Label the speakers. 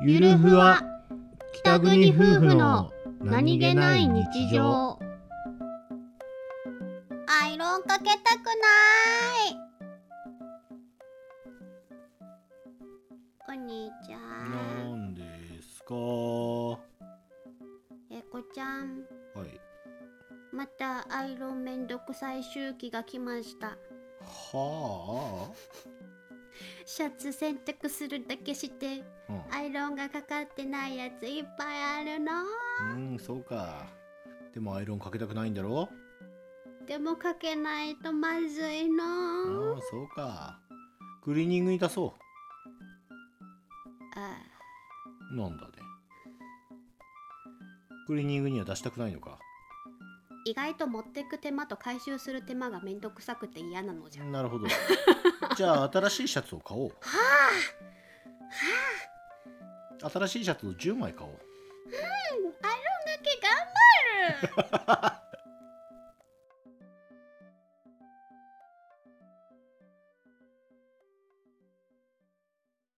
Speaker 1: ゆるふわ北国夫婦の何気ない日常
Speaker 2: アイロンかけたくないお兄ちゃん
Speaker 1: なんですかは
Speaker 2: エコちゃん
Speaker 1: い
Speaker 2: またアイロンめんどくさい周期が来ました
Speaker 1: は
Speaker 2: シャツ洗濯するだけして
Speaker 1: あ
Speaker 2: アイロンがかかってないやついっぱいあるの
Speaker 1: うん、うん、そうかでもアイロンかけたくないんだろ
Speaker 2: でもかけないとまずい
Speaker 1: あ
Speaker 2: の
Speaker 1: あそうかクリーニングに出そ
Speaker 2: ああ
Speaker 1: うなんだねクリーニングには出したくないのか
Speaker 2: 意外と持ってく手間と回収する手間がめんどくさくて嫌なのじゃ
Speaker 1: な るほどじゃあ新しいシャツを買おう
Speaker 2: はあ
Speaker 1: 新しいシャツを10枚買おう
Speaker 2: アイロンがけ頑張る